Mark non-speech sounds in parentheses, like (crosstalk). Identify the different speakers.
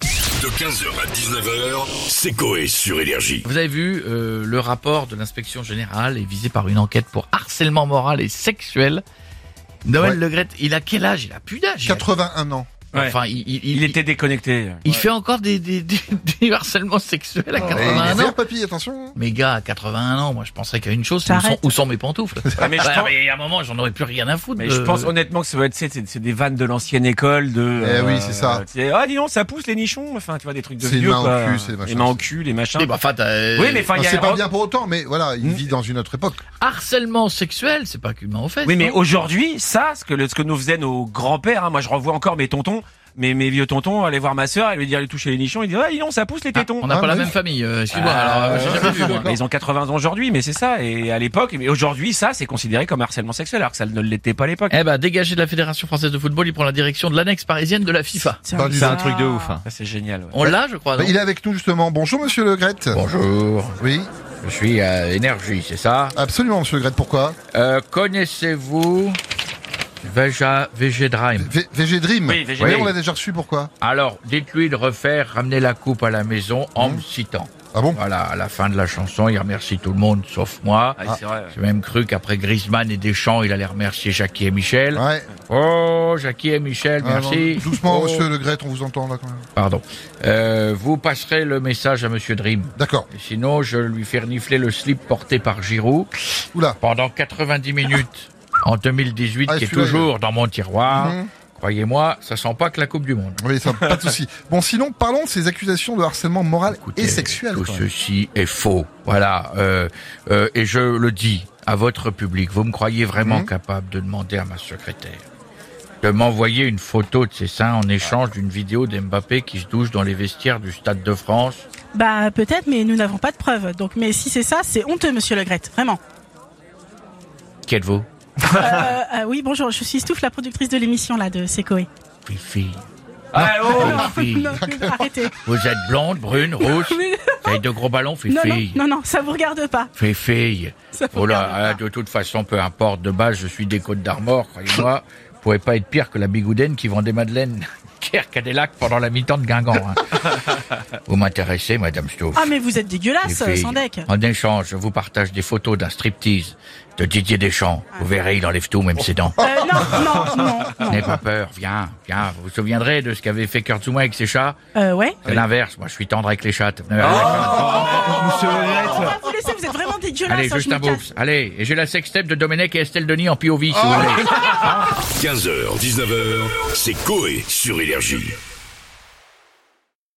Speaker 1: De 15h à 19h, c'est Coé sur Énergie.
Speaker 2: Vous avez vu, euh, le rapport de l'inspection générale est visé par une enquête pour harcèlement moral et sexuel. Noël
Speaker 3: Ouais.
Speaker 2: Legrette, il a quel âge Il a plus d'âge. il a-
Speaker 3: 81 ans.
Speaker 2: Enfin, il, il- il-
Speaker 4: Il
Speaker 3: (laughs)
Speaker 4: était déconnecté.
Speaker 2: il fait encore des, des, des- (laughs) des harcèlements sexuels à
Speaker 3: Et il est
Speaker 2: 81 ans.
Speaker 3: vert, papy, attention.
Speaker 2: Mais gars, à 81 ans, moi je penserais qu'à une chose, c'est où sont,
Speaker 5: T'arrêtes.
Speaker 2: où sont mes pantoufles
Speaker 4: Ouais, mais, je
Speaker 2: Ouais,
Speaker 4: pense,
Speaker 2: mais à un moment, j'en aurais plus rien à foutre.
Speaker 4: mais
Speaker 3: euh,
Speaker 4: je
Speaker 2: de-
Speaker 4: pense honnêtement que ça doit être, tu sais, c'est c'est des vannes de l'ancienne école, de.
Speaker 3: Eh oui, c'est ça.
Speaker 4: tu sais, Ah, dis donc, ça pousse les nichons. Enfin, tu vois, des trucs de
Speaker 3: C'est
Speaker 4: vieux.
Speaker 3: les mains
Speaker 4: quoi.
Speaker 3: au cul, c'est les machins.
Speaker 4: Les mains au cul, les machins.
Speaker 2: Oui, bah, enfin, t'as- euh,
Speaker 4: oui, mais enfin, il
Speaker 3: Non,
Speaker 4: y a.
Speaker 3: C'est pas bien pour autant, mais voilà, il
Speaker 4: Mm.
Speaker 3: vit dans une autre époque.
Speaker 2: harcèlement sexuel, c'est pas qu'une main aux fesses.
Speaker 4: Oui, mais
Speaker 2: non
Speaker 4: aujourd'hui, ça, ce que, le- ce que nous faisaient nos grands-pères, hein, moi, je revois encore mes tontons, mes, mes vieux tontons, aller voir ma sœur et lui dire, lui toucher les nichons, il dit, ah, dis donc, ça pousse les
Speaker 2: Ah,
Speaker 4: tétons.
Speaker 2: on n'a
Speaker 3: Ah,
Speaker 2: pas la
Speaker 3: oui.
Speaker 2: même famille. euh, Excuse-moi.
Speaker 4: Ah,
Speaker 2: alors, euh,
Speaker 4: ouais,
Speaker 2: j'ai
Speaker 4: ouais,
Speaker 2: jamais vu. moi.
Speaker 4: Mais ils ont 80 ans aujourd'hui, mais c'est ça. Et à l'époque, mais aujourd'hui, ça, c'est considéré comme harcèlement sexuel, alors que ça ne l'était pas à l'époque.
Speaker 2: Eh ben, dégagé de la Fédération française de football, il prend la direction de l'annexe parisienne de la FIFA.
Speaker 3: Bah, dis donc.
Speaker 5: truc de ouf. hein.
Speaker 4: Ça, Ah, c'est génial. ouais.
Speaker 2: On l'a, je crois.
Speaker 3: Bah,
Speaker 2: non
Speaker 3: il est avec nous justement. Bonjour Monsieur Le Grette.
Speaker 6: Bonjour,
Speaker 3: Oui,
Speaker 6: je suis à Énergie, c'est ça
Speaker 3: absolument Monsieur Le Grette. Pourquoi
Speaker 6: Euh, Connaissez-vous Veja Vegedraim
Speaker 3: V- VG Dream.
Speaker 4: Oui, VG
Speaker 3: Mais
Speaker 4: Dream.
Speaker 3: on l'a déjà reçu. Pourquoi
Speaker 6: Alors, dites-lui de refaire ramener la coupe à la maison en me citant.
Speaker 3: Ah bon
Speaker 6: Voilà, à la fin de la chanson, il remercie tout le monde, sauf moi.
Speaker 4: Ah, c'est vrai. ouais.
Speaker 6: J'ai même cru qu'après Griezmann et Deschamps, il allait remercier Jackie et Michel.
Speaker 3: Ouais.
Speaker 6: Oh, Jackie et Michel,
Speaker 3: Ah, non,
Speaker 6: merci.
Speaker 3: Doucement
Speaker 6: Oh,
Speaker 3: Monsieur Le Grette, on vous entend là quand même.
Speaker 6: Pardon. Euh, vous passerez le message à Monsieur Dream.
Speaker 3: D'accord.
Speaker 6: Et Sinon, je lui fais renifler le slip porté par Giroud.
Speaker 3: Oula.
Speaker 6: pendant 90 minutes en 2018,
Speaker 3: Ah,
Speaker 6: qui est
Speaker 3: celui-là,
Speaker 6: toujours dans mon tiroir.
Speaker 3: Mhm.
Speaker 6: Croyez-moi, ça sent pas que la Coupe du Monde.
Speaker 3: Oui, ça, pas de souci. Bon, sinon parlons de ces accusations de harcèlement moral
Speaker 6: Écoutez,
Speaker 3: et sexuel.
Speaker 6: Tout
Speaker 3: quand même.
Speaker 6: ceci est faux. Voilà. euh, euh, et je le dis à votre public, vous me croyez vraiment
Speaker 3: Mhm.
Speaker 6: capable de demander à ma secrétaire de m'envoyer une photo de ses seins en échange d'une vidéo d'Mbappé qui se douche dans les vestiaires du Stade de France
Speaker 5: Bah peut-être, mais nous n'avons pas de preuves. Donc, mais si c'est ça, c'est honteux, Monsieur Le Grette, vraiment.
Speaker 6: (laughs) Qui êtes-vous
Speaker 5: Euh, euh, oui, bonjour, je suis Stouff, la productrice de l'émission là de Secoé.
Speaker 6: Oui, fille.
Speaker 4: Ah, oh,
Speaker 5: Non,
Speaker 6: fille.
Speaker 5: (laughs) non, arrêtez.
Speaker 6: Vous êtes blonde, brune, rousse
Speaker 5: Mais-
Speaker 6: Vous avez de gros ballons, fille.
Speaker 5: Non, non, non, non, ça vous regarde pas.
Speaker 6: Fais fille.
Speaker 5: Ça vous
Speaker 6: Oh là,
Speaker 5: regarde
Speaker 6: ah,
Speaker 5: pas.
Speaker 6: de toute façon, peu importe. De base, je suis des Côtes d'Armor, croyez-moi. Vous pouvez pas être pire que la bigoudaine qui vend des madeleines (laughs) Kerr Cadillac pendant la mi-temps de Guingamp.
Speaker 5: (laughs)
Speaker 6: hein. vous m'intéressez, Madame Stouff.
Speaker 5: Ah mais vous êtes
Speaker 6: Les
Speaker 5: dégueulasse,
Speaker 6: filles, Oh.
Speaker 5: Sandek.
Speaker 6: En échange, je vous partage des photos d'un striptease de Didier Deschamps.
Speaker 5: Ah.
Speaker 6: Vous verrez, il enlève tout, même ses dents.
Speaker 5: Euh, non, non, non, non.
Speaker 6: (laughs) N'aie pas peur, viens, viens. Vous vous souviendrez de ce qu'avait fait Kurtzuma avec ses chats
Speaker 5: Euh, ouais.
Speaker 6: C'est l'inverse, moi je suis tendre avec les chattes.
Speaker 5: On va vous laisser, vous êtes vraiment dégueulasse.
Speaker 6: Allez,
Speaker 5: hein,
Speaker 6: juste
Speaker 5: je
Speaker 6: un
Speaker 5: me casse. Oh,
Speaker 6: bourse. Allez, et j'ai la sextape de Domenech et Estelle Denis en POV, si vous voulez.
Speaker 1: 15h, 19h, c'est Coé sur Énergie.